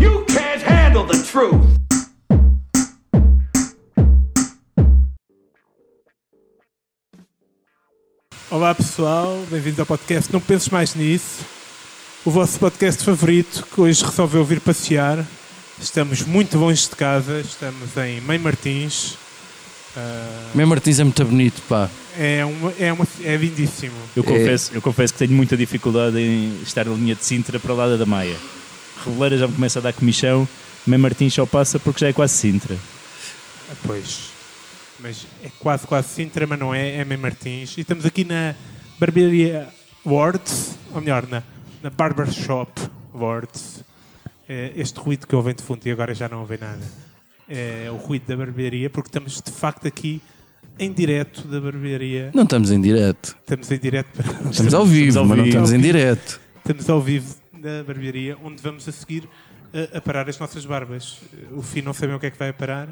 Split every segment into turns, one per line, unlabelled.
You can't handle the truth.
Olá pessoal, bem-vindos ao podcast Não Penses Mais Nisso, o vosso podcast favorito que hoje resolveu vir passear. Estamos muito longe de casa, estamos em Mãe Martins. Ah,
Meu Martins é muito bonito, pá.
é, uma, é, uma, é lindíssimo.
Eu confesso, eu confesso que tenho muita dificuldade em estar na linha de Sintra para lá da Maia. Reveleira já me começa a dar comichão, Mãe Martins só passa porque já é quase Sintra.
Ah, Pois, mas é quase, quase Sintra, mas não é, é Mãe Martins. E estamos aqui na Barbearia Wards, ou melhor, na, na Barbershop Wards. É, este ruído que ouvem de fundo e agora já não ouvem nada. É o ruído da barbearia, porque estamos de facto aqui em direto da barbearia.
Não estamos em direto.
Estamos em direto, para-
Estamos ao vivo,
ao
mas não
vivo.
estamos em direto.
estamos ao vivo na barbearia, onde vamos a seguir a, a parar as nossas barbas. O fim não sabem o que é que vai parar.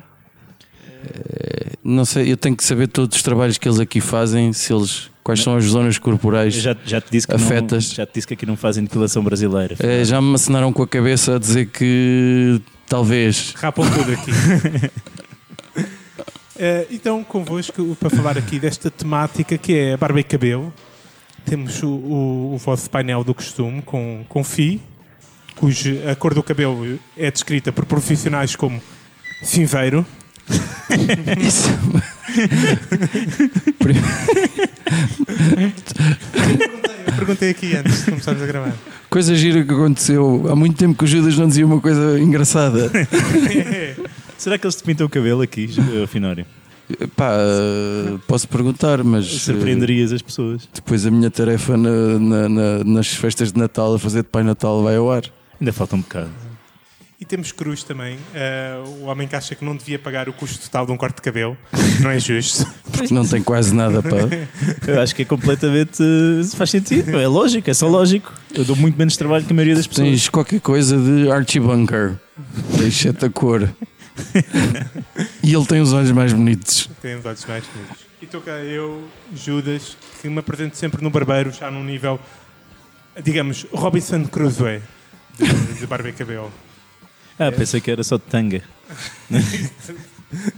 Não sei, eu tenho que saber todos os trabalhos que eles aqui fazem, se eles quais são as zonas corporais.
Eu
Eh, Já,
já, já te disse que
Afetas. É.
Não, já te disse que aqui não fazem depilação brasileira.
Eh, me assinaram com a cabeça a dizer que talvez.
Rapam tudo aqui. Eh, então, convosco, para falar aqui desta temática que é barba e cabelo, temos o, o- o vosso painel do costume com, com FI, cujo a cor do cabelo é descrita por profissionais como cinzeiro,
Isso. é
Eu perguntei aqui antes de começarmos a gravar.
Coisa gira que aconteceu. Há muito tempo que o Judas não dizia uma coisa engraçada.
Será que eles te pintam o cabelo aqui, eh, Finório?
Pá, eh, posso perguntar, mas. eh,
Surpreenderias as pessoas.
Depois a minha tarefa na- na- na- nas festas de Natal, a fazer de Pai Natal, vai ao ar.
Ainda falta um bocado.
E temos Cruz também, eh, o homem que acha que não devia pagar o custo total de um corte de cabelo, não é justo.
Porque não tem quase nada, pá.
Eu acho que é completamente. eh, faz sentido. É lógico, é só lógico. Eu dou muito menos trabalho que a maioria das pessoas.
Tens qualquer coisa de Archie Bunker. Deixa-te a cor. e ele tem os olhos mais bonitos.
Tem os olhos mais bonitos. E estou cá eu, Judas, que me apresento sempre no barbeiro, já num nível, digamos, Robinson Crusoe, de, de barba e cabelo.
Ah, pensei que era só de tanga.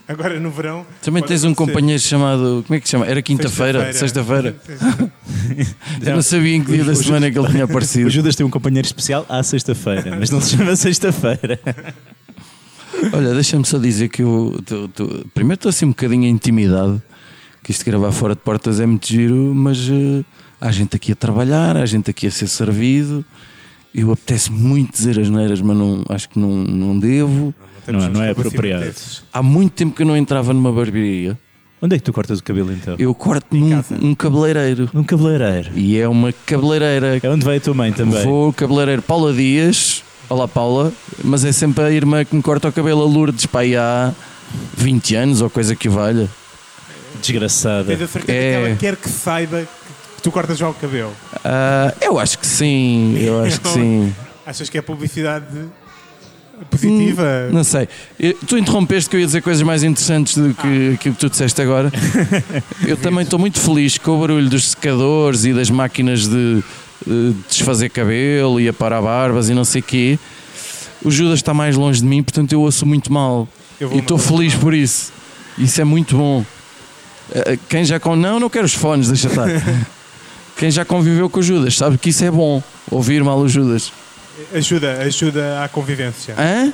Agora no verão...
Também
pode
tens um
acontecer.
companheiro chamado. Como é que se chama? Era quinta-feira? Sexta-feira? Eu não sabia em que dia da semana é que ele tinha
O
aparecido.
Judas tem um companheiro especial à sexta-feira, mas não se chama sexta-feira.
Olha, deixa-me só dizer que eu. tô- tô- primeiro estou assim um bocadinho intimidado. Que isto de gravar fora de portas é muito giro, mas eh, há gente aqui a trabalhar, há gente aqui a ser servido. Eu apetece muito dizer as neiras, mas não, acho que não, não devo.
Temos
Não, não é
uns cabelos
apropriado.
desses.
Há muito tempo que eu não entrava numa barbearia.
Onde é que tu cortas o cabelo então?
Eu corto num,
casa.
num cabeleireiro.
Num cabeleireiro.
E é uma cabeleireira.
É onde vai a tua mãe também.
Vou ao cabeleireiro Paula Dias. Olá, Paula. Mas é sempre a irmã que me corta o cabelo a Lourdes para aí há 20 anos ou coisa que valha.
Desgraçada.
Tens a certeza
É.
que ela quer que saiba que- que tu cortas já o cabelo.
Ah, eu acho que sim. Eu acho que sim.
Achas que é publicidade positiva?
Não sei. Eu- Tu interrompeste que eu ia dizer coisas mais interessantes do que aquilo que tu disseste agora. Eu também estou muito feliz com o barulho dos secadores e das máquinas de eh, desfazer cabelo e aparar barbas e não sei quê. O Judas está mais longe de mim, portanto eu ouço muito mal.
Eu vou
E estou
mandar-
feliz por isso. Isso é muito bom. Eh, eh, Quem já con... Não, não quero os fones, deixa estar. Quem já conviveu com o Judas sabe que isso é bom. Ouvir mal o Judas.
Ajuda, ajuda à convivência.
Hã?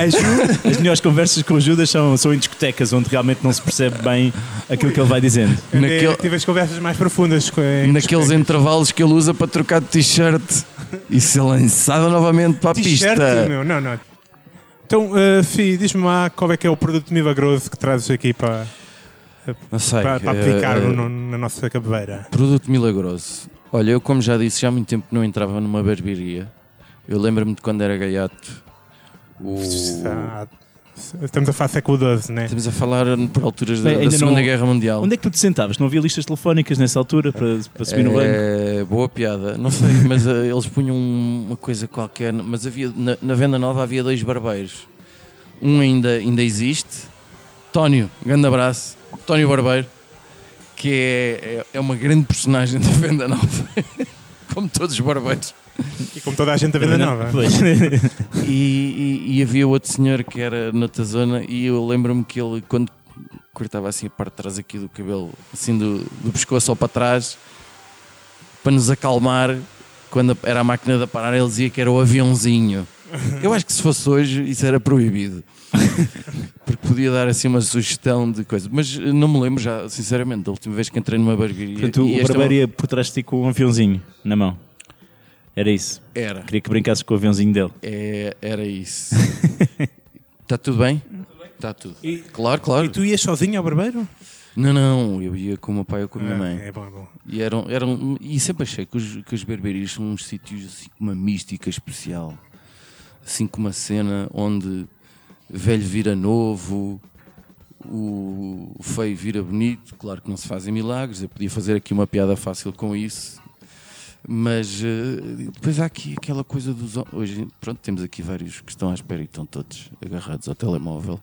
Ajuda.
As melhores conversas com o Judas são, são em discotecas onde realmente não se percebe bem aquilo que ele vai dizendo.
Naquele-
É, Tive as conversas mais profundas com
naqueles intervalos que ele usa para trocar de t-shirt e ser lançado novamente para a
T-shirt,
pista.
meu. Não, não. Então, uh, Fi, diz-me lá qual é que é o produto milagroso que trazes aqui para,
Não sei.
para, para aplicar
eh,
no- na nossa cabeira.
Produto milagroso. Olha, eu como já disse, já há muito tempo que não entrava numa barbearia. Eu lembro-me de quando era gaiato. O-
Está- Estamos a falar século XII, né?
Estamos a falar por alturas da,
Bem,
da
ainda
Segunda
não-
Guerra Mundial.
Onde é que tu te sentavas? Não havia listas telefónicas nessa altura para, para subir no banco?
É, boa piada. Não sei, mas eh, eles punham um, uma coisa qualquer, mas havia, na, na venda nova havia dois barbeiros. Um ainda, ainda existe, Tónio, grande abraço, Tónio Barbeiro, que é, é, é uma grande personagem da venda nova, como todos os barbeiros.
E como toda a gente da venda nova.
Pois.
E, e- e havia outro senhor que era noutra zona e eu lembro-me que ele quando cortava assim a parte de trás aqui do cabelo, assim do, do pescoço ao para trás, para nos acalmar, quando era a máquina de parar, ele dizia que era o aviãozinho. Eu acho que se fosse hoje isso era proibido. Porque podia dar assim uma sugestão de coisa. Mas eh, não me lembro já, sinceramente, da última vez que entrei numa barbearia.
Portanto,
E
o
esta é uma-
barbeiro ia por trás de ti com um aviãozinho na mão. Era isso.
Era.
Queria que brincasses com o aviãozinho dele.
É, era isso. Está tudo bem? Está tudo.
E-
claro, claro.
E tu ias sozinho ao barbeiro?
Não, não, eu ia com o meu pai ou com a minha mãe.
É bom, é bom.
E, eram, eram, um, e sempre achei que os, que os berbeirias são uns sítios assim com uma mística especial. Assim com uma cena onde velho vira novo, o feio vira bonito. Claro que não se fazem milagres, eu podia fazer aqui uma piada fácil com isso. Mas eh, depois há aqui aquela coisa dos. hom- Hoje, pronto, temos aqui vários que estão à espera e estão todos agarrados ao telemóvel.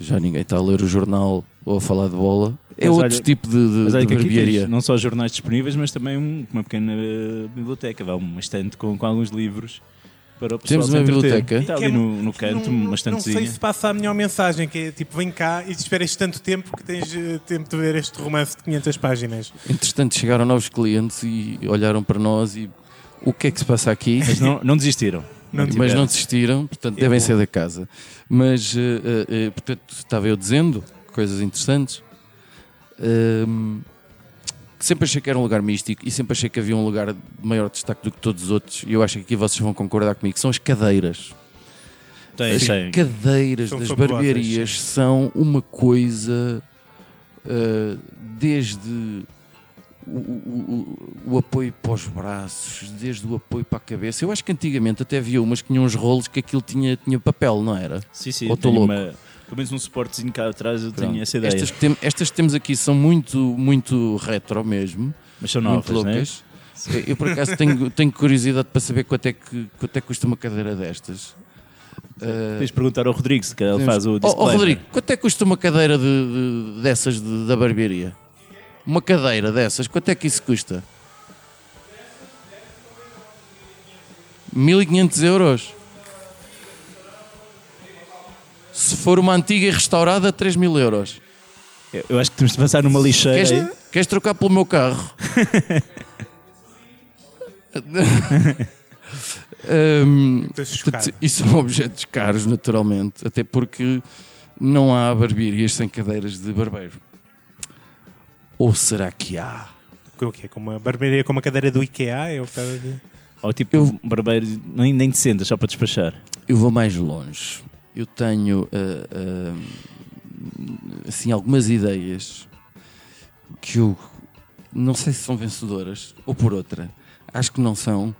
Já ninguém está a ler o jornal ou a falar de bola. É
Mas
outro
olha-
tipo de, de,
Mas
de
olha que aqui
barbearia.
tens não só jornais disponíveis, mas também um- uma pequena eh, biblioteca, vá, uma estante com, com alguns livros para o pessoal
Temos
se
uma
entreter.
biblioteca?
Está ali no, no canto,
não,
uma
não sei
estantezinha.
se passa a melhor mensagem, que é tipo, vem cá e esperas tanto tempo que tens eh, tempo de ver este romance de 500 páginas.
Entretanto, chegaram novos clientes e olharam para nós e o que é que se passa aqui?
Mas não, não desistiram.
Não tipo,
Mas
tiveram.
não desistiram, portanto, devem ser da casa. Mas, eh, eh, eh, portanto, estava eu dizendo coisas interessantes. Ahm, que sempre achei que era um lugar místico e sempre achei que havia um lugar de maior destaque do que todos os outros. E eu acho que aqui vocês vão concordar comigo: que são as cadeiras.
Tem,
As
tem.
cadeiras
São
das
fabulosas,
barbearias são uma coisa ah, desde o, o- o- o apoio para os braços, desde o apoio para a cabeça. Eu acho que antigamente até havia umas que tinham uns rolos que aquilo tinha, tinha papel, não era?
Sim, sim.
Ou tô
tem
louco?
uma- pelo menos um suportezinho cá atrás eu
Pronto.
tinha essa ideia.
Estas que, tem- estas que temos aqui são muito, muito retro mesmo,
Mas são
muito
novas, né?
loucas. Eu por acaso tenho, tenho curiosidade para saber quanto é, que, quanto é que custa uma cadeira destas. Ah,
Tens de perguntar ao Rodrigo se calhar ele faz o
Ó, ó,
disclaimer.
Oh, Rodrigo, quanto é que custa uma cadeira de, de- dessas de- da barbearia? Uma cadeira dessas, quanto é que isso custa? 1500 euros. Se for uma antiga e restaurada, 3000 euros.
Eu- Eu acho que temos de passar numa lixeira.
Queres,
aí.
queres trocar pelo meu carro? Hum,
Estou chocado.
Portanto, isso são objetos caros, naturalmente, até porque não há barbearias sem cadeiras de barbeiro. Ou será que há?
O que é? Com uma barbearia com uma cadeira do IKEA? é Eu estava tá a dizer.
Ou tipo
Eu-
um barbeiro, nem, nem te sentas, só para despachar.
Eu vou mais longe. Eu tenho ah, ah, assim algumas ideias que eu não sei se são vencedoras ou por outra. Acho que não são,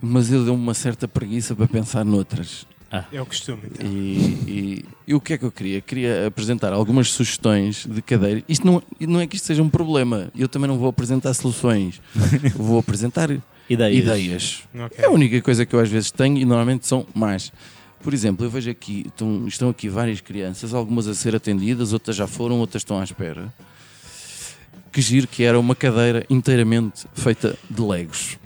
mas eu deu uma certa preguiça para pensar noutras.
É o costume. então.
E, e- e o que é que eu queria? Queria apresentar algumas sugestões de cadeira. Isto não, não é que isto seja um problema. Eu também não vou apresentar soluções. vou apresentar
Ideias.
ideias.
Ok.
É a única coisa que eu às vezes tenho e normalmente são mais. Por exemplo, eu vejo aqui, estão, estão aqui várias crianças, algumas a ser atendidas, outras já foram, outras estão à espera. Que giro que era uma cadeira inteiramente feita de legos.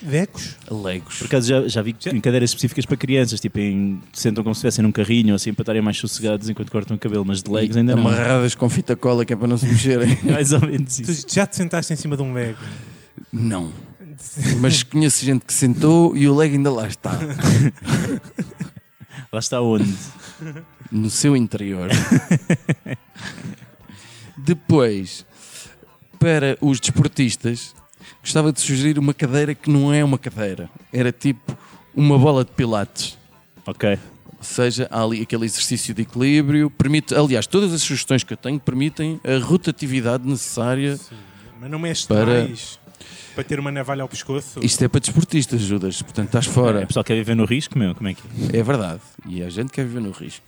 Vecos?
Legos.
Por acaso já, já vi
Já-
em cadeiras específicas para crianças, tipo em sentam como se estivessem num carrinho, assim para estarem mais sossegados enquanto cortam o cabelo, mas de legs
É
ainda não.
amarradas com fita cola que é para não se mexerem.
Mais ou menos isso.
Tu já te sentaste em cima de um vego?
Não. Mas conheço gente que sentou e o leg ainda lá está,
Lá está onde?
no seu interior. Depois, para os desportistas, gostava de sugerir uma cadeira que não é uma cadeira. Era tipo uma bola de pilates.
Ok.
Ou seja, há ali aquele exercício de equilíbrio. Permite, aliás, todas as sugestões que eu tenho permitem a rotatividade necessária.
Mas não mexe
Para-
mais. Para ter uma navalha ao pescoço?
Isto é para desportistas, Judas. Portanto, estás
É,
fora.
o pessoal quer viver no risco, meu? Como é que é?
É verdade. E a gente quer viver no risco.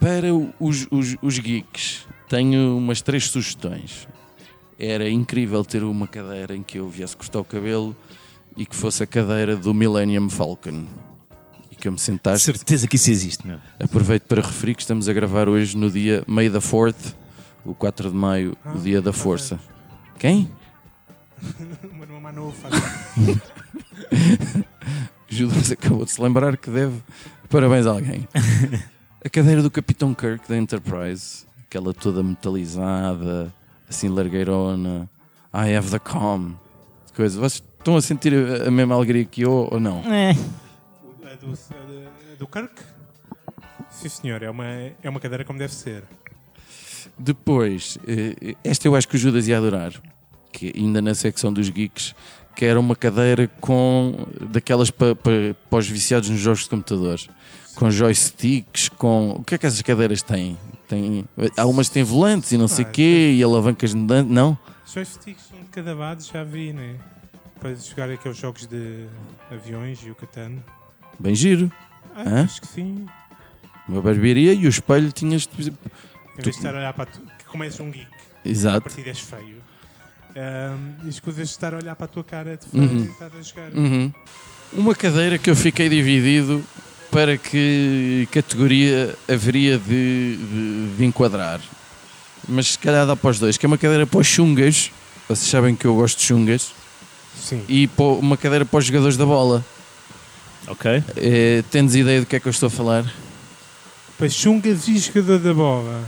Para o- os, os- os geeks, tenho umas três sugestões. Era incrível ter uma cadeira em que eu viesse cortar o cabelo e que fosse a cadeira do Millennium Falcon. E que eu me sentasse.
Certeza que isso existe, meu.
Aproveito para referir que estamos a gravar hoje no dia May the 4th, o 4 de maio, o dia da força. Quem?
O meu irmão Manu faz-
Judas acabou de se lembrar que deve parabéns a alguém. A cadeira do Capitão Kirk da Enterprise, aquela toda metalizada, assim largueirona. I have the calm. Coisa. Vocês estão a sentir a- a mesma alegria que eu ou não?
É do, é do Kirk? Sim, senhor, é uma, é uma cadeira como deve ser.
Depois, eh, esta eu acho que o Judas ia adorar, que ainda na secção dos geeks, que era uma cadeira com daquelas para pa, para os viciados nos jogos de computador, com joysticks, com o que é que essas cadeiras têm? Tem, algumas têm volantes e não sei
Ah,
quê, e alavancas de dan- não?
Joysticks um de cada lado já vi, né? Para jogar aqueles jogos de aviões e o Catano.
Bem giro.
Ah,
Hã?
acho que sim.
Uma barbearia e o espelho tinhas.
Em vez de estar a olhar para tu, que começas um geek, a
Exato.
partir és feio. Ahm, e escusas de estar a olhar para a tua cara de feio
Uhum.
e estar a jogar.
Uhum. Uma cadeira que eu fiquei dividido para que categoria haveria de, de- de enquadrar. Mas se calhar dá para os dois, que é uma cadeira para os chungas, vocês sabem que eu gosto de chungas,
Sim.
e para- uma cadeira para os jogadores da bola.
Ok.
Eh, tendes ideia do que é que eu estou a falar?
Para chungas e jogador da bola.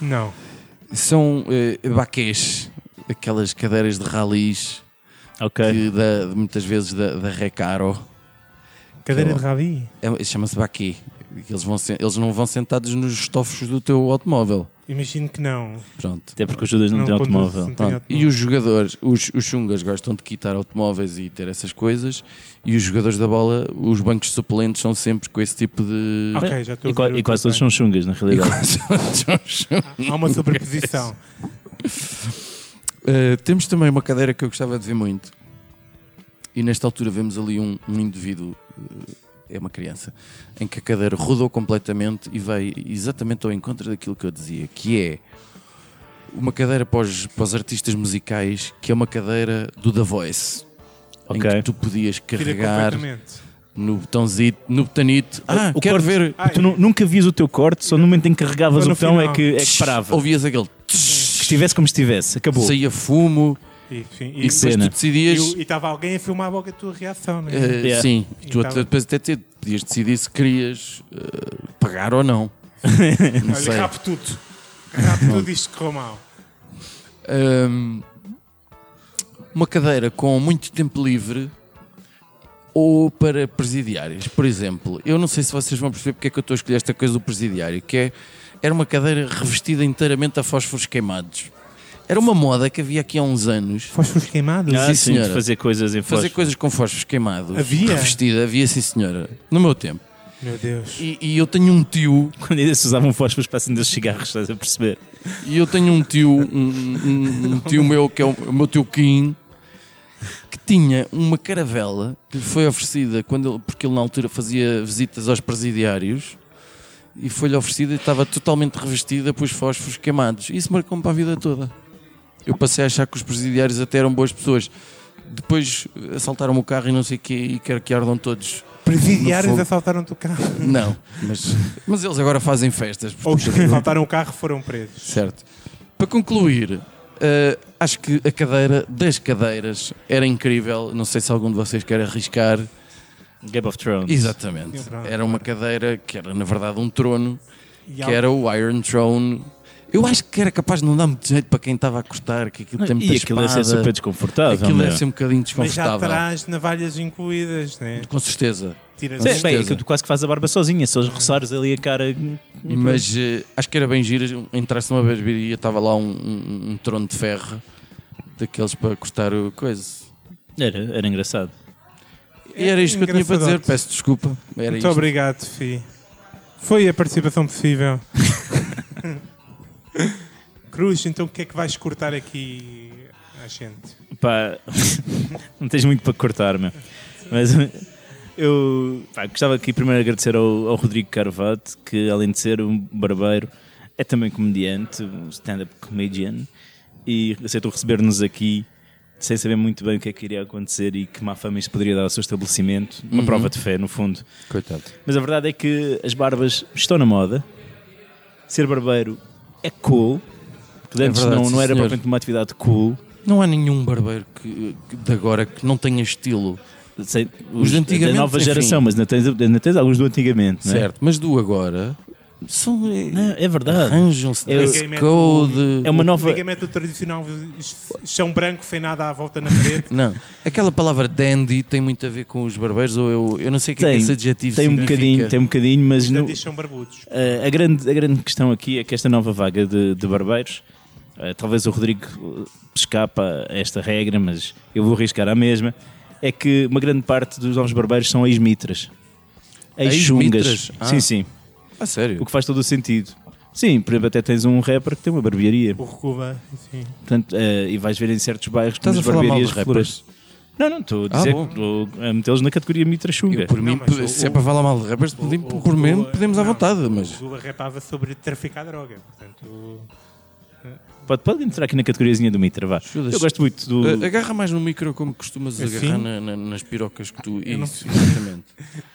Não.
São eh, baquês, aquelas cadeiras de ralis,
Ok.
que da- muitas vezes da, da Recaro.
Cadeira
Tá
de rabi.
É- Chama-se baquê. Eles, vão, sen- eles não vão sentados nos estofos do teu automóvel.
Imagino que não.
Pronto.
Até porque os Judas não, têm
conduz,
automóvel.
não tem
Pronto,
automóvel.
E os jogadores, os, os chungas gostam de quitar automóveis e ter essas coisas, e os jogadores da bola, os bancos suplentes são sempre com esse tipo de.
Ok, já estou
E,
a
qua-
ver o
e quase
que
todos são chungas, na
E
realidade.
quase todos são chungas.
Há uma sobreposição.
Uh, temos também uma cadeira que eu gostava de ver muito, e nesta altura vemos ali um, um indivíduo, uh, é uma criança, em que a cadeira rodou completamente e veio exatamente ao encontro daquilo que eu dizia, que é uma cadeira para os, para os artistas musicais, que é uma cadeira do The Voice.
Ok.
Em que tu podias
Tira
carregar
completamente.
no botãozito, no botanito. Ah,
o
quero
corte-
ver.
Ah,
Tu nu- nunca vias o teu corte, só no momento em que carregavas
Só
o
no
botão é
final.
que, é que parava.
Ouvias aquele.
Que estivesse como estivesse, acabou.
Saía fumo
E, enfim,
e
e-
depois
cena.
tu decidias.
e- e estava alguém a filmar logo a tua reação, né?
eh,
Yeah.
Sim,
E
tu
tava-
até, depois até te- podias decidir se querias eh, pagar ou não. não
Olha,
sei.
rapo tudo. Rapo tudo isto que correu mal.
Ahm, Ehm, uma cadeira com muito tempo livre ou para presidiários, por exemplo. Eu não sei se vocês vão perceber porque é que eu estou a escolher esta coisa do presidiário, que é, era uma cadeira revestida inteiramente a fósforos queimados. Era uma moda que havia aqui há uns anos.
Fósforos queimados?
Ah,
Sim,
sim, de
senhora.
fazer coisas em
Fazer
fósforo.
coisas com fósforos queimados.
Havia?
Revestida, havia sim senhora. No meu tempo.
Meu Deus.
E, e eu tenho um tio,
Quando eles usavam fósforos para acender os cigarros, estás a perceber?
e eu tenho um tio, um, um- um tio meu, que é o, o meu tio Kim, que tinha uma caravela que lhe foi oferecida, quando ele, porque ele na altura fazia visitas aos presidiários, e foi-lhe oferecida e estava totalmente revestida pelos fósforos queimados. Isso marcou-me para a vida toda. Eu passei a achar que os presidiários até eram boas pessoas. Depois assaltaram-me o carro e não sei o quê, e quero que ardam todos no
Presidiários
fogo.
assaltaram-te o carro.
Não, mas, mas eles agora fazem festas.
Ou os que assaltaram o carro foram presos.
Certo. Para concluir, eh, acho que a cadeira das cadeiras era incrível. Não sei se algum de vocês quer arriscar.
Game of Thrones.
Exatamente. Era uma cadeira que era, na verdade, um trono,
E há- um-
que era o Iron Throne. Eu acho que era capaz de não dar muito jeito para quem estava a cortar, que aquilo tem muita
E aquilo deve
espada.
ser super desconfortável.
aquilo
meu.
deve ser um bocadinho
Mas já
desconfortável.
traz navalhas incluídas, né?
Com certeza.
Tiras
Sim, bem, é
certeza.
que tu quase que fazes a barba sozinha, só os roçares ali a cara.
Uhum.
Mas eh, acho que era bem giro. Entrasse numa barbearia, estava lá um, um- um trono de ferro, daqueles para cortar o coisa.
Era, era engraçado.
E era isto que eu tinha para dizer,
Engraçadote.
peço desculpa. Era
Muito
isto.
obrigado, Fi. Foi a participação possível. Cruz, então o que é que vais cortar aqui à gente?
Pá, não tens muito para cortar, meu. Mas eu pá, gostava aqui primeiro de agradecer ao, ao Rodrigo Carvato, que além de ser um barbeiro, é também comediante, um stand-up comedian, e aceitou receber-nos aqui sem saber muito bem o que é que iria acontecer e que má fama isto poderia dar ao seu estabelecimento. Uma
Uhum.
prova de fé, no fundo.
Coitado.
Mas a verdade é que as barbas estão na moda. Ser barbeiro é cool. Porque antes
É verdade,
não, não era
senhor.
propriamente uma atividade cool.
Não há nenhum barbeiro que, que de agora que não tenha estilo,
Sei,
Os de antigamente,
da nova
enfim.
geração, mas ainda tens, ainda tens alguns do antigamente, não é?
certo? Mas do agora são. é-
Não, é verdade.
Arranjam-se
É o-
dress code.
É uma nova.
Antigamente o tradicional chão branco sem nada à volta na parede.
Não, aquela palavra dandy tem muito a ver com os barbeiros, ou eu, eu não sei o que é
Tem,
que esse adjetivo
tem um
significa.
bocadinho, tem um bocadinho, mas no-
Eles são barbudos.
eh, a, grande, a grande questão aqui é que esta nova vaga de, de barbeiros, eh, talvez o Rodrigo eh, escapa a esta regra, mas eu vou arriscar à mesma, é que uma grande parte dos novos barbeiros são ex-mitras.
Ex-mitras?
Ex-chungas.
Ah.
Sim, sim.
Ah, sério?
um- O que faz todo o sentido. Sim, por exemplo, até tens um rapper que tem uma barbearia.
O Recuba, assim.
Portanto, eh, e vais ver em certos bairros
Estás
como
a
as
falar mal
barbearias
de rappers?
florescem. Não, não, estou a
Ah,
dizer
bom.
que estou a metê-los na categoria mitra chunga.
Eu, por mim,
mas
pe-
o-
se é para falar mal de rappers, podim-
O- o
por mim,
Recuba-
podemos à
não,
vontade,
O
mas
Recuba rapava sobre traficar droga. Portanto,
Pode, pode entrar aqui na categoriazinha do mitra, vá.
Judas.
Eu gosto muito do...
Ah, agarra mais no micro como costumas
Assim?
agarrar na- na- nas pirocas que tu.
não
Isso, exatamente.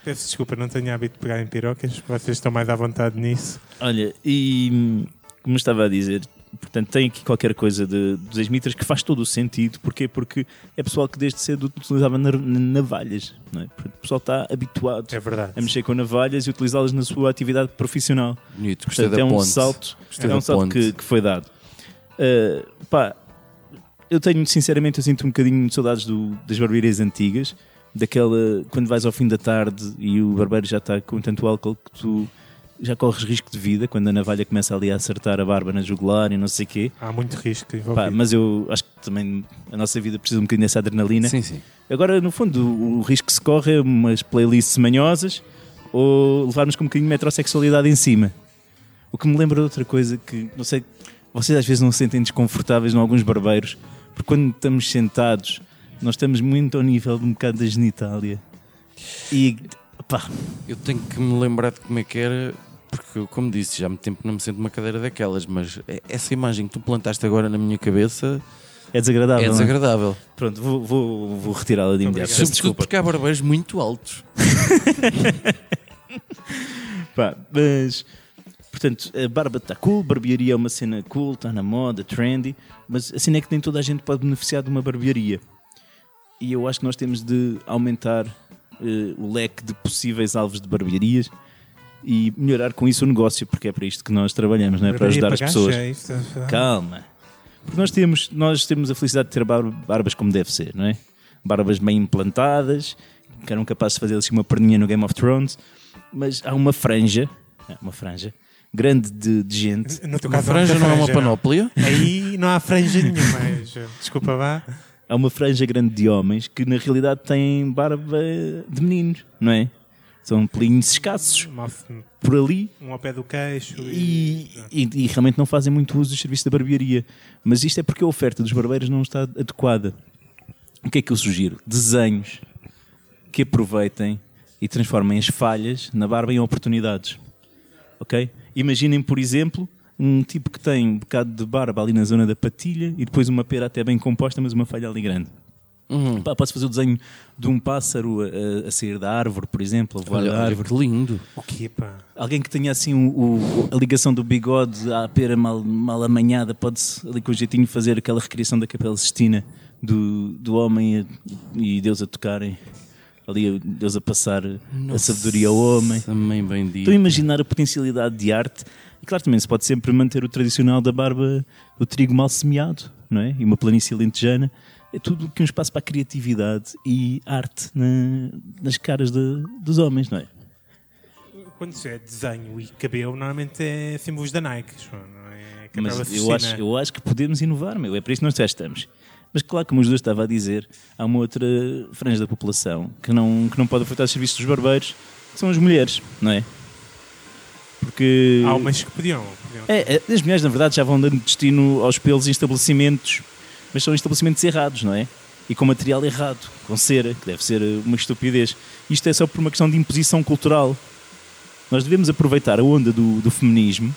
peço desculpa, não tenho hábito de pegar em pirocas. Vocês estão mais à vontade nisso.
Olha, e hum, como eu estava a dizer, portanto, tem aqui qualquer coisa de, dos ex-mitras que faz todo o sentido. Porquê? Porque é pessoal que desde cedo utilizava nar- navalhas, não é? Portanto, o pessoal está habituado
É verdade.
a mexer com navalhas e utilizá-las na sua atividade profissional.
Bonito, gostei
Portanto,
da
é um
ponte.
salto,
Gostei
é
da
um salto
ponte.
que, que foi dado. Uh, pá, eu tenho, sinceramente, eu sinto um bocadinho de saudades do- das barbearias antigas, daquela quando vais ao fim da tarde e o barbeiro já está com tanto álcool que tu já corres risco de vida quando a navalha começa ali a acertar a barba na jugular e não sei o quê.
Há muito risco
Pá,
envolvido.
mas eu acho que também a nossa vida precisa um bocadinho dessa adrenalina.
Sim, sim.
Agora, no fundo, o, o risco que se corre é umas playlists manhosas ou levarmos com um bocadinho de metrosexualidade em cima. O que me lembra de outra coisa que, não sei, vocês às vezes não se sentem desconfortáveis em alguns barbeiros, porque quando estamos sentados, nós estamos muito ao nível de um bocado da genitália. E, pá,
Eu tenho que me lembrar de como é que era, porque, eu, como disse, já há muito tempo não me sento numa cadeira daquelas, mas é- essa imagem que tu plantaste agora na minha cabeça
é desagradável.
é
não é?
desagradável.
Pronto, vou, vou, vou retirá-la de imediato.
Sobretudo
Peço desculpa.
porque há barbeiros muito altos.
Pá, mas, portanto, a barba está cool, barbearia é uma cena cool, está na moda, trendy, mas a cena é que nem toda a gente pode beneficiar de uma barbearia. E eu acho que nós temos de aumentar eh, o leque de possíveis alvos de barbearias e melhorar com isso o negócio, porque é para isto que nós trabalhamos, não é? Para ajudar as pessoas.
é Ah.
Calma. Porque nós temos, nós temos a felicidade de ter bar- barbas como deve ser, não é? Barbas bem implantadas, que eram capazes de fazer assim uma perninha no Game of Thrones, mas há uma franja, há uma franja, grande de, de gente.
No teu
A
caso, há
franja
muita
não é uma
franja,
panóplia?
Aí não há franja nenhuma. mas, Desculpa, vá.
Há uma franja grande de homens que na realidade têm barba de meninos, não é? São pelinhos escassos
Mofo-me
por ali
Um ao pé do queixo. E...
e, e- e realmente não fazem muito uso do serviço da barbearia. Mas isto é porque a oferta dos barbeiros não está adequada. O que é que eu sugiro? Desenhos que aproveitem e transformem as falhas na barba em oportunidades. Ok? Imaginem, por exemplo, um tipo que tem um bocado de barba ali na zona da patilha e depois uma pera até bem composta, mas uma falha ali grande.
Uhum.
Pá, posso fazer o desenho de um pássaro a, a- a sair da árvore, por exemplo, a voar
Olha,
da
olha
árvore.
que lindo.
O quê, pá?
Alguém que tenha assim o- o- a ligação do bigode à pera mal, mal amanhada pode-se ali com jeitinho fazer aquela recriação da Capela Sistina do, do homem e, e Deus a tocarem, ali Deus a passar a sabedoria ao homem.
Também bem dito.
Estou a imaginar a potencialidade de arte e claro também se pode sempre manter o tradicional da barba, o trigo mal semeado, não é? E uma planície lentejana. É tudo que um espaço para a criatividade e arte na- nas caras de- dos homens, não é?
Quando se é desenho e cabelo, normalmente é símbolos da Nike. João, Não é Capela
Mas eu
Sistina.
acho, eu acho que podemos inovar, meu. É para isso que nós já estamos. Mas claro, como os dois estava a dizer, há uma outra franja da população que não, que não pode afetar os serviços dos barbeiros, que são as mulheres, não é? Porque...
Há umas que podiam. podiam.
É, é, as mulheres, na verdade, já vão dando destino aos pelos em estabelecimentos, mas são estabelecimentos errados, não é? E com material errado, com cera, que deve ser eh, uma estupidez. Isto é só por uma questão de imposição cultural. Nós devemos aproveitar a onda do, do feminismo.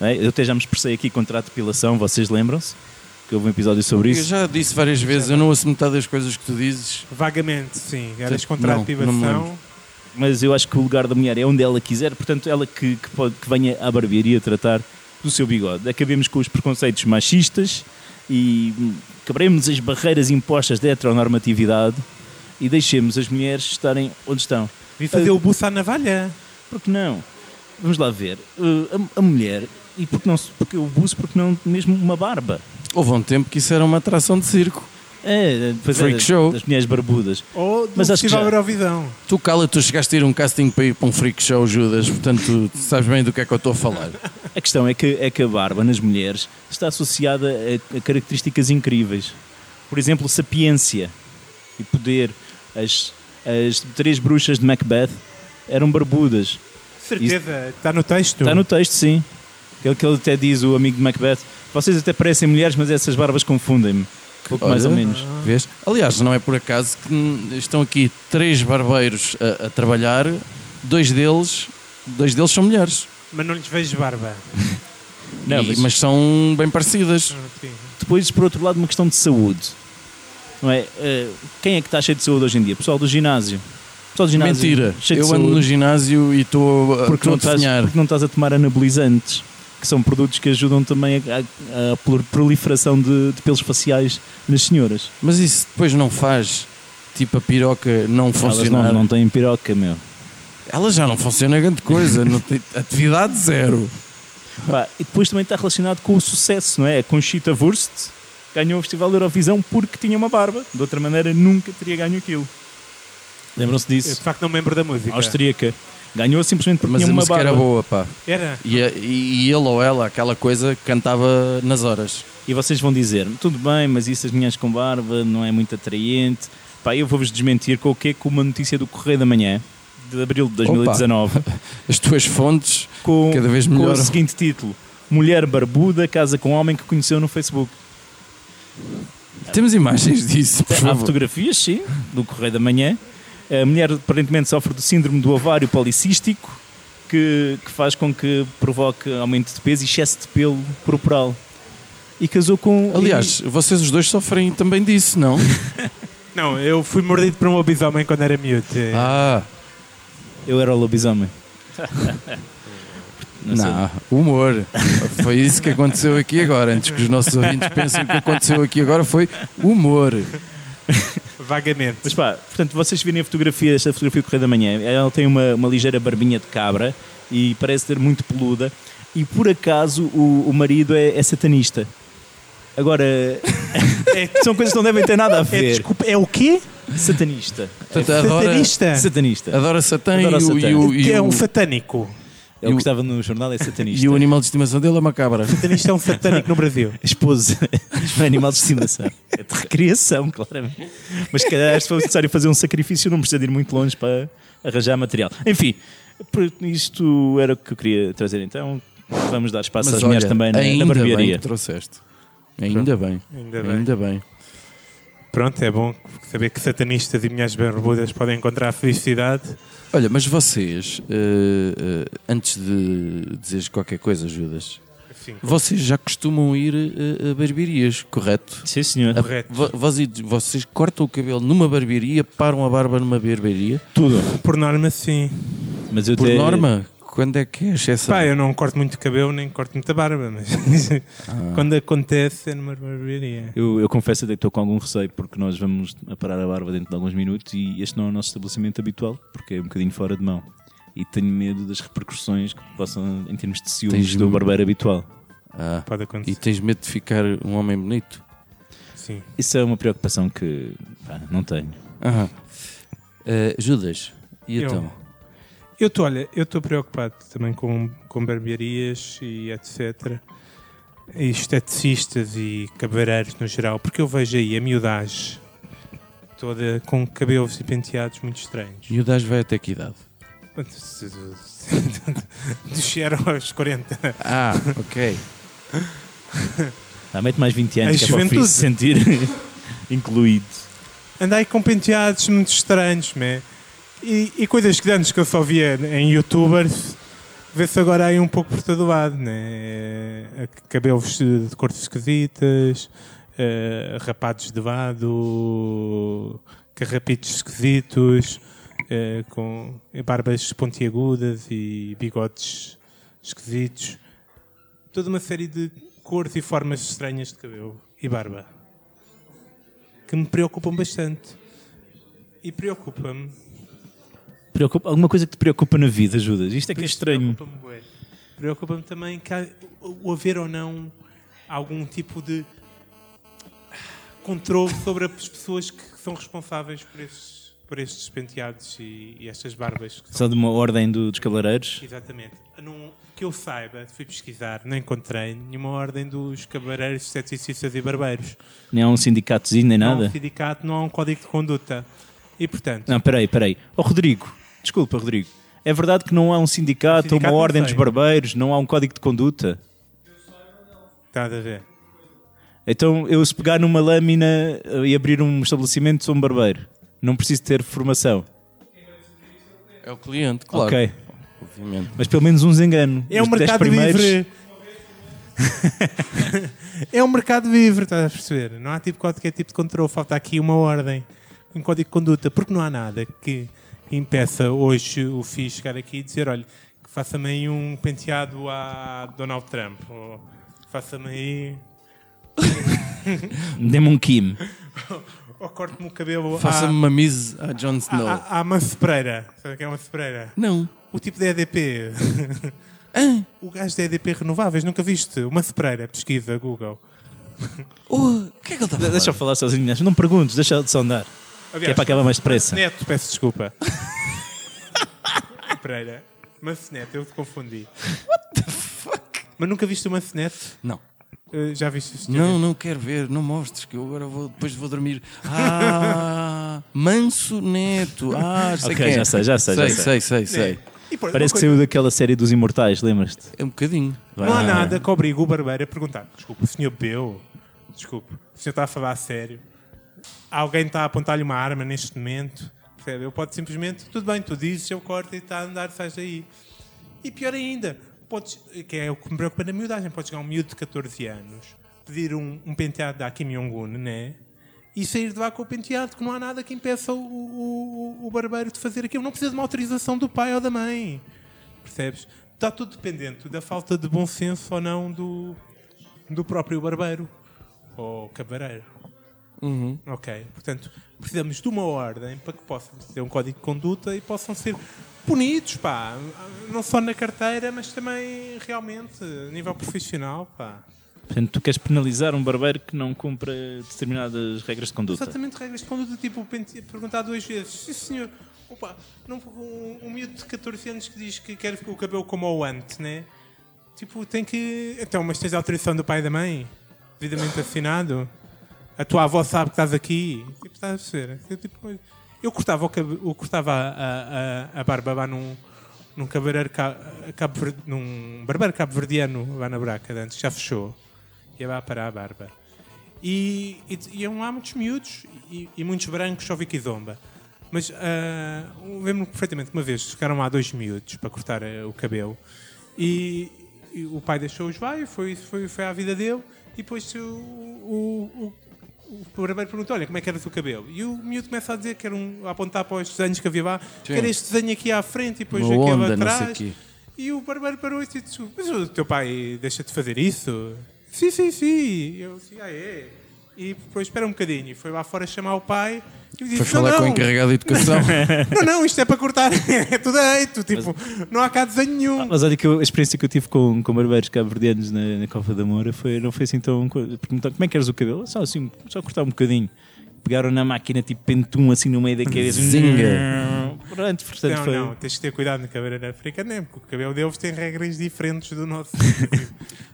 não é? Eu até já me expressei aqui contra a depilação, vocês lembram-se? que houve um episódio sobre
Eu
isso.
já disse várias vezes, eu não ouço metade das coisas que tu dizes.
Vagamente, sim. Eras
Não,
contra a
não me
ativação.
lembro.
Mas eu acho que o lugar da mulher é onde ela quiser, portanto, ela que, que, pode, que venha à barbearia tratar do seu bigode. Acabemos com os preconceitos machistas e hum, quebremos as barreiras impostas da heteronormatividade e deixemos as mulheres estarem onde estão.
Vi fazer o buço à navalha.
Porque não? Vamos lá ver. Uh, a, a mulher, e porque não se- porque o buço, porque não mesmo uma barba?
Houve um tempo que isso era uma atração de circo.
É, pois é,
Freak show.
das mulheres barbudas.
Ou do
Mas acho que
Festival
já-
Eurovisão.
Tu cala, tu chegaste a ir a um casting para ir para um freak show, Judas, portanto tu sabes bem do que é que eu estou a falar.
A questão é que, é que a barba nas mulheres está associada a, a características incríveis. Por exemplo, sapiência e poder. As, as três bruxas de Macbeth eram barbudas.
Certeza, está no texto.
Está no texto, sim. Aquele que ele até diz, o amigo de Macbeth. Vocês até parecem mulheres, mas essas barbas confundem-me. Pouco mais
Olha,
ou menos.
Vês? Aliás, não é por acaso que hum, estão aqui três barbeiros a, a trabalhar, dois deles, dois deles são mulheres,
Mas não lhes vejo barba.
Não,
E-
mas-
mas... são bem parecidas.
Sim.
Depois, por outro lado, uma questão de saúde. Não é? Eh, quem é que está cheio de saúde hoje em dia? Pessoal do ginásio. Pessoal do ginásio.
Mentira,
Cheio de
eu ando
saúde.
no ginásio e estou a-
porque
estou
não,
a
estás,
desenhar.
porque não estás a tomar anabolizantes, que são produtos que ajudam também à proliferação de, de pelos faciais nas senhoras.
Mas isso depois não faz, tipo a piroca não
Elas
funcionar.
não, não têm piroca, meu.
Ela já não funciona grande coisa, não tem- atividade zero.
Pá, e depois também está relacionado com o sucesso, não é? A Conchita Wurst ganhou o Festival da Eurovisão porque tinha uma barba. De outra maneira, nunca teria ganho aquilo. Lembram-se
Eu,
disso?
de facto, não me lembro da música.
Austríaca. Ganhou simplesmente porque
Mas a
tinha uma
música
barba.
era boa, pá.
Era?
E, a- e ele ou ela, aquela coisa, cantava nas horas.
E vocês vão dizer, tudo bem, mas isso as minhas com barba não é muito atraente. Pá, eu vou-vos desmentir com o que é com uma notícia do Correio da Manhã, de abril de 2019,
As tuas fontes,
com,
Cada vez
com
melhoram.
o seguinte título. Mulher barbuda casa com homem que conheceu no Facebook.
temos imagens disso, por
É, Há
favor.
fotografias, sim, do Correio da Manhã. A mulher aparentemente sofre do síndrome do ovário policístico, que, que faz com que provoque aumento de peso e excesso de pelo corporal. E casou com...
Aliás, vocês os dois sofrem também disso, não?
Não, eu fui mordido por um lobisomem quando era miúdo. eh,
Ah,
Eu era o lobisomem. Não sei.
não, humor. Foi isso que aconteceu aqui agora. Antes que os nossos ouvintes pensem que o que aconteceu aqui agora foi humor.
Vagamente.
Mas pá, portanto, vocês virem a fotografia, esta fotografia do Correio da Manhã, ela tem uma, uma ligeira barbinha de cabra e parece ser muito peluda. E por acaso o, o marido é, é satanista. Agora, são coisas que não devem ter nada a
é,
ver.
desculpa, é o quê?
satanista.
Portanto, adora,
Satanista?
Satanista.
adora Satã
Adora
e o- e o-
Que
e
é um
o-
satânico.
É
E
o que
o-
estava no jornal, é satanista.
e o animal de estimação dele é uma cabra.
Satanista é um satânico no Brasil.
A esposa não é animal de estimação. É de recriação, claramente. Mas se calhar se for necessário fazer um sacrifício, não precisa de ir muito longe para arranjar material. Enfim, por- isto era o que eu queria trazer então. Vamos dar espaço às mulheres também né? na, na
ainda bem
barbearia.
que trouxeste. Ainda bem.
Ainda bem.
Ainda bem.
Pronto, é bom saber que satanistas e mulheres barbudas podem encontrar felicidade.
Olha, mas vocês, eh, eh, antes de dizeres qualquer coisa, Judas,
Enfim,
vocês já costumam ir eh, a barbearias, correto?
Sim, senhor.
A-
Correto.
vo- Vocês, vocês cortam o cabelo numa barbearia, param a barba numa barbearia?
Tudo.
por norma, sim.
Mas eu
Por
te-
norma, quando é que é a exceção?
Pá, eu não corto muito cabelo nem corto muita barba, mas quando acontece é numa barbearia.
Eu, eu confesso até que estou com algum receio porque nós vamos a parar a barba dentro de alguns minutos e este não é o nosso estabelecimento habitual porque é um bocadinho fora de mão. E tenho medo das repercussões que possam em termos de ciúmes
Tens
do
medo?
barbeiro habitual.
Ah,
Pode
e
acontecer,
tens medo de ficar um homem bonito?
sim.
Isso é uma preocupação que pá, não tenho.
Aham. Ah. Eh, Judas, e
Eu.
então?
Eu estou, olha, eu estou preocupado também com, com barbearias e etc. E esteticistas e cabeleireiros no geral, porque eu vejo aí a miudagem toda com cabelos e penteados muito estranhos.
E o Judas vai até que idade?
Desceram aos 40.
Ah, ok.
Ah, mete mais 20 anos
A
que é para o Filipe se sentir incluído.
Andei com penteados muito estranhos, né? E, e coisas que antes que eu só via em youtubers, vê-se agora Eh, aí um pouco por todo lado, né? Cabelos de cores esquisitas, eh, rapados de lado, carrapitos esquisitos, eh, com barbas pontiagudas e bigodes esquisitos. Toda uma série de cores e formas estranhas de cabelo e barba que me preocupam bastante. E preocupa-me.
Preocupa, alguma coisa que te preocupa na vida, Judas? Isto é que é estranho.
Preocupa-me bué. Preocupa-me também que há, o haver ou não algum tipo de controle sobre as pessoas que são responsáveis por estes, por estes penteados e, e estas barbas. Que são-
Só de uma ordem do- dos cabeleireiros.
Exatamente. Não, que eu saiba, fui pesquisar, não encontrei nenhuma ordem dos cabeleireiros, esteticistas e barbeiros.
Nem há um sindicatozinho, nem
Não há
nada.
um sindicato, não há um código de conduta. E portanto,
Não, peraí, peraí. Ó Rodrigo, desculpa, Rodrigo. É verdade que não há um sindicato,
Sindicato
uma
não
ordem dos
sei.
barbeiros, não há um código de conduta.
estás a ver.
Então, eu se pegar numa lâmina eh, e abrir um estabelecimento, sou um barbeiro. Não preciso ter formação.
É o cliente, claro.
Ok.
Obviamente.
Mas pelo menos uns engano.
É um
Os dez
mercado
primeiros-
livre. é um mercado livre, estás a perceber? Não há tipo qualquer tipo de controle, falta aqui uma ordem, um código de conduta, porque não há nada que impeça hoje o FII chegar aqui e dizer, olha, que faça-me aí um penteado a Donald Trump, ou faça-me aí,
Dê-me um Kim.
ou corte-me o cabelo
Faça-me uma mise a Jon
à,
Snow.
à, à, à Manso Pereira. Sabe o que é Manso Pereira?
Não.
O tipo da EDP. o gajo da EDP Renováveis, nunca viste? Uma Pereira, pesquisa, Google.
Oh, o que é que ele está a falar?
Deixa eu falar sozinho. Inês. Não perguntes, deixa eu de sondar. Que é
Aliás,
para acabar mais depressa.
Neto, peço desculpa. Pereira. Manceneto, eu te confundi. What the fuck? Mas nunca viste o Manceneto?
Não.
Eh, Já viste o senhor?
Não, não quero ver, não mostres, que eu agora vou, depois vou dormir. Ah, Manso Neto. Ah, sei
Ok,
quem é.
já sei, já sei, já
Sei, sei, sei,
É.
sei.
E, pronto,
Parece que
uma
saiu daquela série dos Imortais, lembras-te?
É um bocadinho.
coisa- Não há nada que obrigue o barbeiro a perguntar. Desculpa, o senhor bebeu? Desculpa, o senhor está a falar a sério? Alguém está a apontar-lhe uma arma neste momento? Percebe? Eu posso simplesmente, tudo bem, tu dizes, eu corto e está a andar, sais daí. E pior ainda, podes, que é o que me preocupa na miudagem, podes chegar um miúdo de 14 anos, pedir um, um penteado da Kim Jong-un, né? E sair de lá com o penteado, que não há nada que impeça o, o- o barbeiro de fazer aquilo. Não precisa de uma autorização do pai ou da mãe. Percebes? Está tudo dependente da falta de bom senso ou não do, do próprio barbeiro ou cabeleireiro. Ok, portanto, precisamos de uma ordem para que possam ter um código de conduta e possam ser punidos, pá. Não só na carteira, mas também realmente a nível profissional, pá.
Portanto, tu queres penalizar um barbeiro que não cumpra determinadas regras de conduta.
Exatamente regras de conduta, tipo pente- perguntar duas vezes. Sim, senhor. Opa, não, um, um miúdo de 14 anos que diz que quer o cabelo como o ante, né? Tipo, tem que. Então, mas tens a autorização do pai e da mãe? Devidamente assinado? A tua avó sabe que estás aqui? Tipo, estás a perceber? Eu, tipo, eu cortava, o cab- eu cortava a, a, a barba lá num, num cabeleireiro ca- cabo, Verde- num barbeiro cabo-verdiano lá na Braca, de antes, que já fechou. Ia lá parar a barba. E, e iam lá muitos miúdos e, e muitos brancos, só vi que zomba. Mas ah, lembro-me perfeitamente que uma vez chegaram lá dois miúdos para cortar eh, o cabelo e, e o pai deixou-os lá e foi, foi, foi à vida dele. E depois o, o, o, o barbeiro perguntou: Olha, como é que era o teu cabelo? E o miúdo começa a dizer que era um, a apontar para os desenhos que havia lá, que era este desenho aqui à frente e depois
Uma
aquele
onda, não sei
atrás.
quê.
E o barbeiro parou e disse: Mas o teu pai deixa-te fazer isso? Sim, sim, sim. E eu disse: Ah, é. E depois espera um bocadinho. E foi lá fora chamar o pai e disse:
Foi falar
não,
com o
não,
encarregado de educação.
não, não, isto é para cortar. é tudo deito. Tipo, não há cá desenho nenhum.
Ah, Mas olha que eu- a experiência que eu tive com, com barbeiros cabo-verdianos na, na Cova da Moura foi, não foi assim tão. co- Perguntaram como é que queres o cabelo? Só assim, só cortar um bocadinho. Pegaram na máquina tipo pentum assim no meio da cabeça.
Zinga.
Pronto, portanto
não,
foi.
não, tens que ter cuidado no cabelo africano, é, porque o cabelo deles tem regras diferentes do nosso.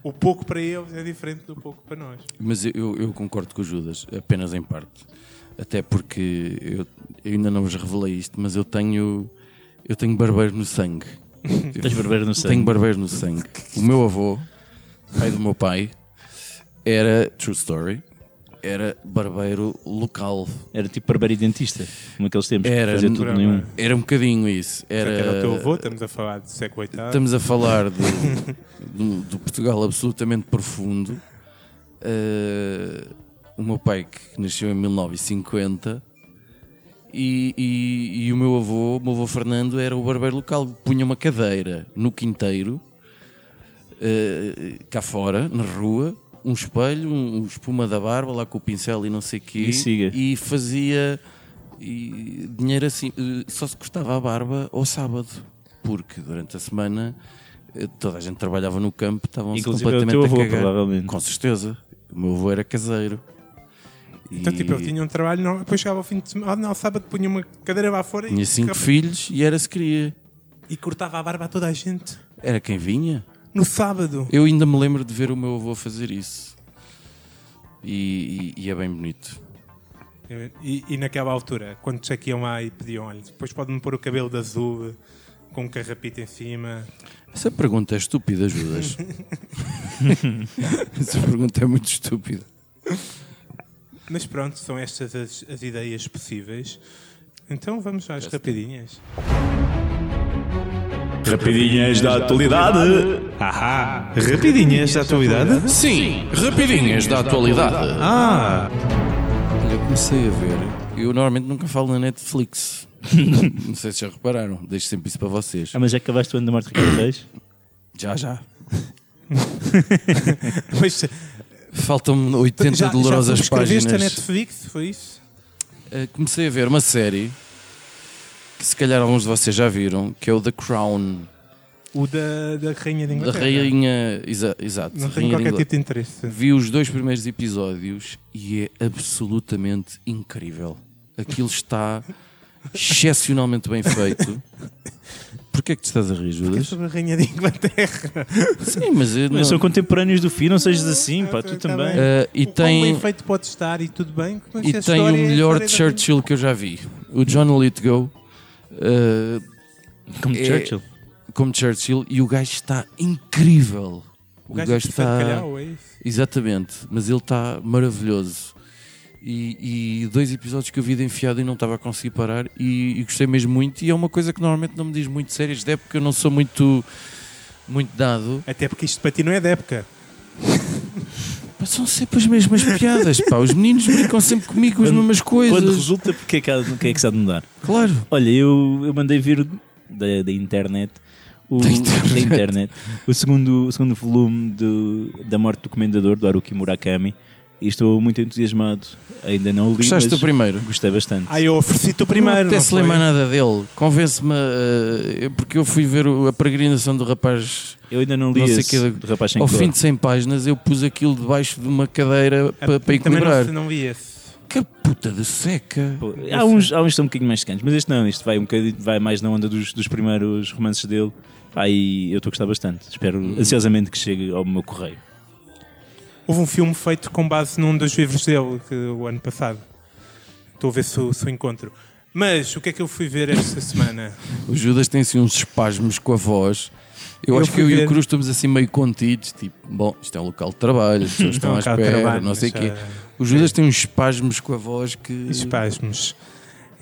o pouco para eles é diferente do pouco para nós.
Mas eu, eu concordo com o Judas, apenas em parte. Até porque eu, eu ainda não vos revelei isto, mas eu tenho, eu tenho barbeiro no sangue.
Tens barbeiro no
Tenho
sangue.
barbeiro no sangue. O meu avô, pai do meu pai, era, true story, era barbeiro local.
Era tipo barbeiro e dentista, como aqueles tempos. que
Era,
fazia tudo
naturalmente.
nenhum.
Era um bocadinho isso. Era,
Portanto, era o é teu avô, estamos a falar do século VIII.
Estamos a falar do, do- do Portugal absolutamente profundo. eh, o meu pai que nasceu em 1950 e, e- e o meu avô, o meu avô Fernando, era o barbeiro local. Punha uma cadeira no quinteiro, eh, cá fora, na rua, um espelho, um, um espuma da barba, lá com o pincel e não sei o quê.
E siga.
e fazia e dinheiro assim. eh, Só se cortava a barba ao sábado, porque durante a semana eh, toda a gente trabalhava no campo, estavam
Inclusive o
completamente
teu avô,
a cagar.
provavelmente.
Com certeza. O meu avô era caseiro.
Então,
E
tipo, ele tinha um trabalho, não, depois chegava ao fim de semana, ah, não, sábado punha uma cadeira lá fora
Tinha
e,
cinco filhos e era se queria.
e cortava a barba a toda a gente.
Era quem vinha.
No sábado.
Eu ainda me lembro de ver o meu avô fazer isso. E, e- e é bem bonito.
E, e naquela altura, quando chequiam lá e pediam, olha, depois pode-me pôr o cabelo de azul, com um carrapito em cima.
Essa pergunta é estúpida, Judas. Essa pergunta é muito estúpida.
Mas pronto, são estas as, as ideias possíveis. Então vamos às rapidinhas.
Rapidinhas da atualidade. Ahá. Rapidinhas da atualidade.
Sim, rapidinhas da atualidade. Ah! Olha, comecei a ver. Eu normalmente nunca falo na Netflix. Não sei se já repararam. Deixo sempre isso para vocês.
Ah, mas já acabaste o ano da morte Ricardo Reis?
Já, já.
Mas,
Faltam-me 80
já, já
dolorosas
subscreveste
páginas.
a Netflix, foi isso?
Uh, comecei a ver uma série que se calhar alguns de vocês já viram, que é o The Crown,
O da, da Rainha de
da
Inglaterra.
rainha, exa- exato,
Não tenho
rainha
qualquer
de Inglaterra.
tipo de interesse.
Vi os dois primeiros episódios e é absolutamente incrível. Aquilo está excepcionalmente bem feito. Porquê é que te estás a rir,
É
Judas?
sobre a Rainha de Inglaterra.
Sim, mas... eu
Mas
não-
são contemporâneos do fim, não sejas assim, pá, tu
Tá
também.
bem.
Uh, e
O quão
tem...
bem feito pode estar e tudo bem. Mas
e
a
tem o
história é a
melhor
história da
Churchill que eu já vi. O John Lithgow, uh,
Como
é-
Churchill.
como Churchill, e o gajo está incrível.
O gajo, que está... calhau, é isso?
Exatamente, mas ele está maravilhoso. E, e dois episódios que eu vi de enfiado e não estava a conseguir parar, e, e gostei mesmo muito. E é uma coisa que normalmente não me diz muito séries, até porque eu não sou muito, muito dado.
Até porque isto para ti não é da época.
Mas são sempre as mesmas piadas, pá. Os meninos brincam sempre comigo com as
Quando-
mesmas coisas.
Quando resulta, porque é que, há, o que é que se há de mudar?
Claro,
Olha, eu, eu mandei vir da, da internet. O, da internet. o segundo, o segundo volume do, da morte do comendador do Haruki Murakami e estou muito entusiasmado ainda não o li
gostaste do
mas
primeiro.
gostei bastante
Ah, eu ofereci-te o primeiro.
não
Não
se
foi?
lembra nada dele. Convence-me, eh, porque eu fui ver o- a peregrinação do rapaz
eu ainda não li
Não sei
esse
que é-
do rapaz sem
ao
cor
fim de 100 páginas. Eu pus aquilo debaixo de uma cadeira
Ah,
para, para
Também
equilibrar.
não, não vi esse.
Que puta de seca!
Pô, há, uns, há uns que são um bocadinho mais secantes mas este não, este vai, um bocadinho, vai mais na onda dos, dos primeiros romances dele aí eu estou a gostar bastante espero ansiosamente que chegue ao meu correio
Houve um filme feito com base num dos livros dele, que, o ano passado. Estou a ver se, o- se o encontro. Mas o que é que eu fui ver esta semana?
O Judas tem assim uns espasmos com a voz. Eu,
Eu
acho que
fui
eu e
ver.
o Cruz estamos assim meio contidos, tipo, bom, isto é um local de trabalho, as pessoas estão à
Cá o
espera,
um trabalho,
não sei o
mas,
quê.
ah,
O Judas tem uns espasmos com a voz que.
Espasmos.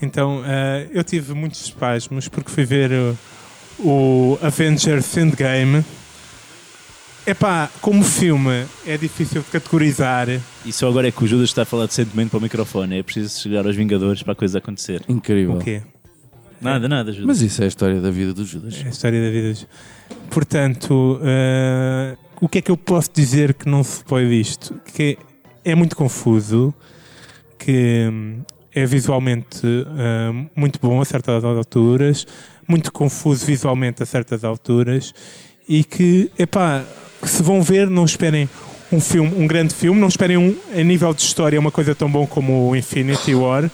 Então, ah, eu tive muitos espasmos porque fui ver o, o Avengers Endgame. Epá, como filme é difícil de categorizar.
e só agora é que o Judas está a falar decentemente para o microfone é preciso chegar aos Vingadores para a coisa acontecer
Incrível.
O quê?
nada, nada Judas
É. Mas isso é a história da vida do Judas.
É a história da vida. Portanto, eh, o que é que eu posso dizer que não se pode disto? Que é muito confuso, que hum, é visualmente eh, muito bom a certas alturas, muito confuso visualmente a certas alturas, e que, epá, que se vão ver, não esperem um filme, um grande filme, não esperem um, a nível de história uma coisa tão bom como o Infinity War.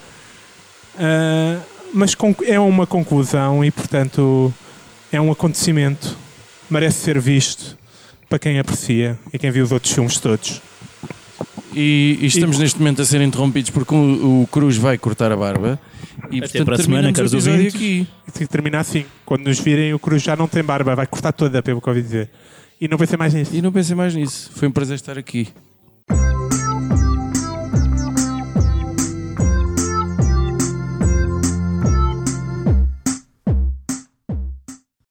Eh, mas con- é uma conclusão e portanto é um acontecimento, merece ser visto para quem aprecia e quem viu os outros filmes todos.
E, e estamos neste momento a ser interrompidos porque o, o Cruz vai cortar a barba. E
Até
portanto,
para a semana,
terminamos
caros
o episódio
ouvintes.
aqui.
E se termina assim, quando nos virem, o Cruz já não tem barba, vai cortar toda, pelo que eu ouvi dizer. E não pensei mais nisso.
E não pensei mais nisso. Foi um prazer estar aqui.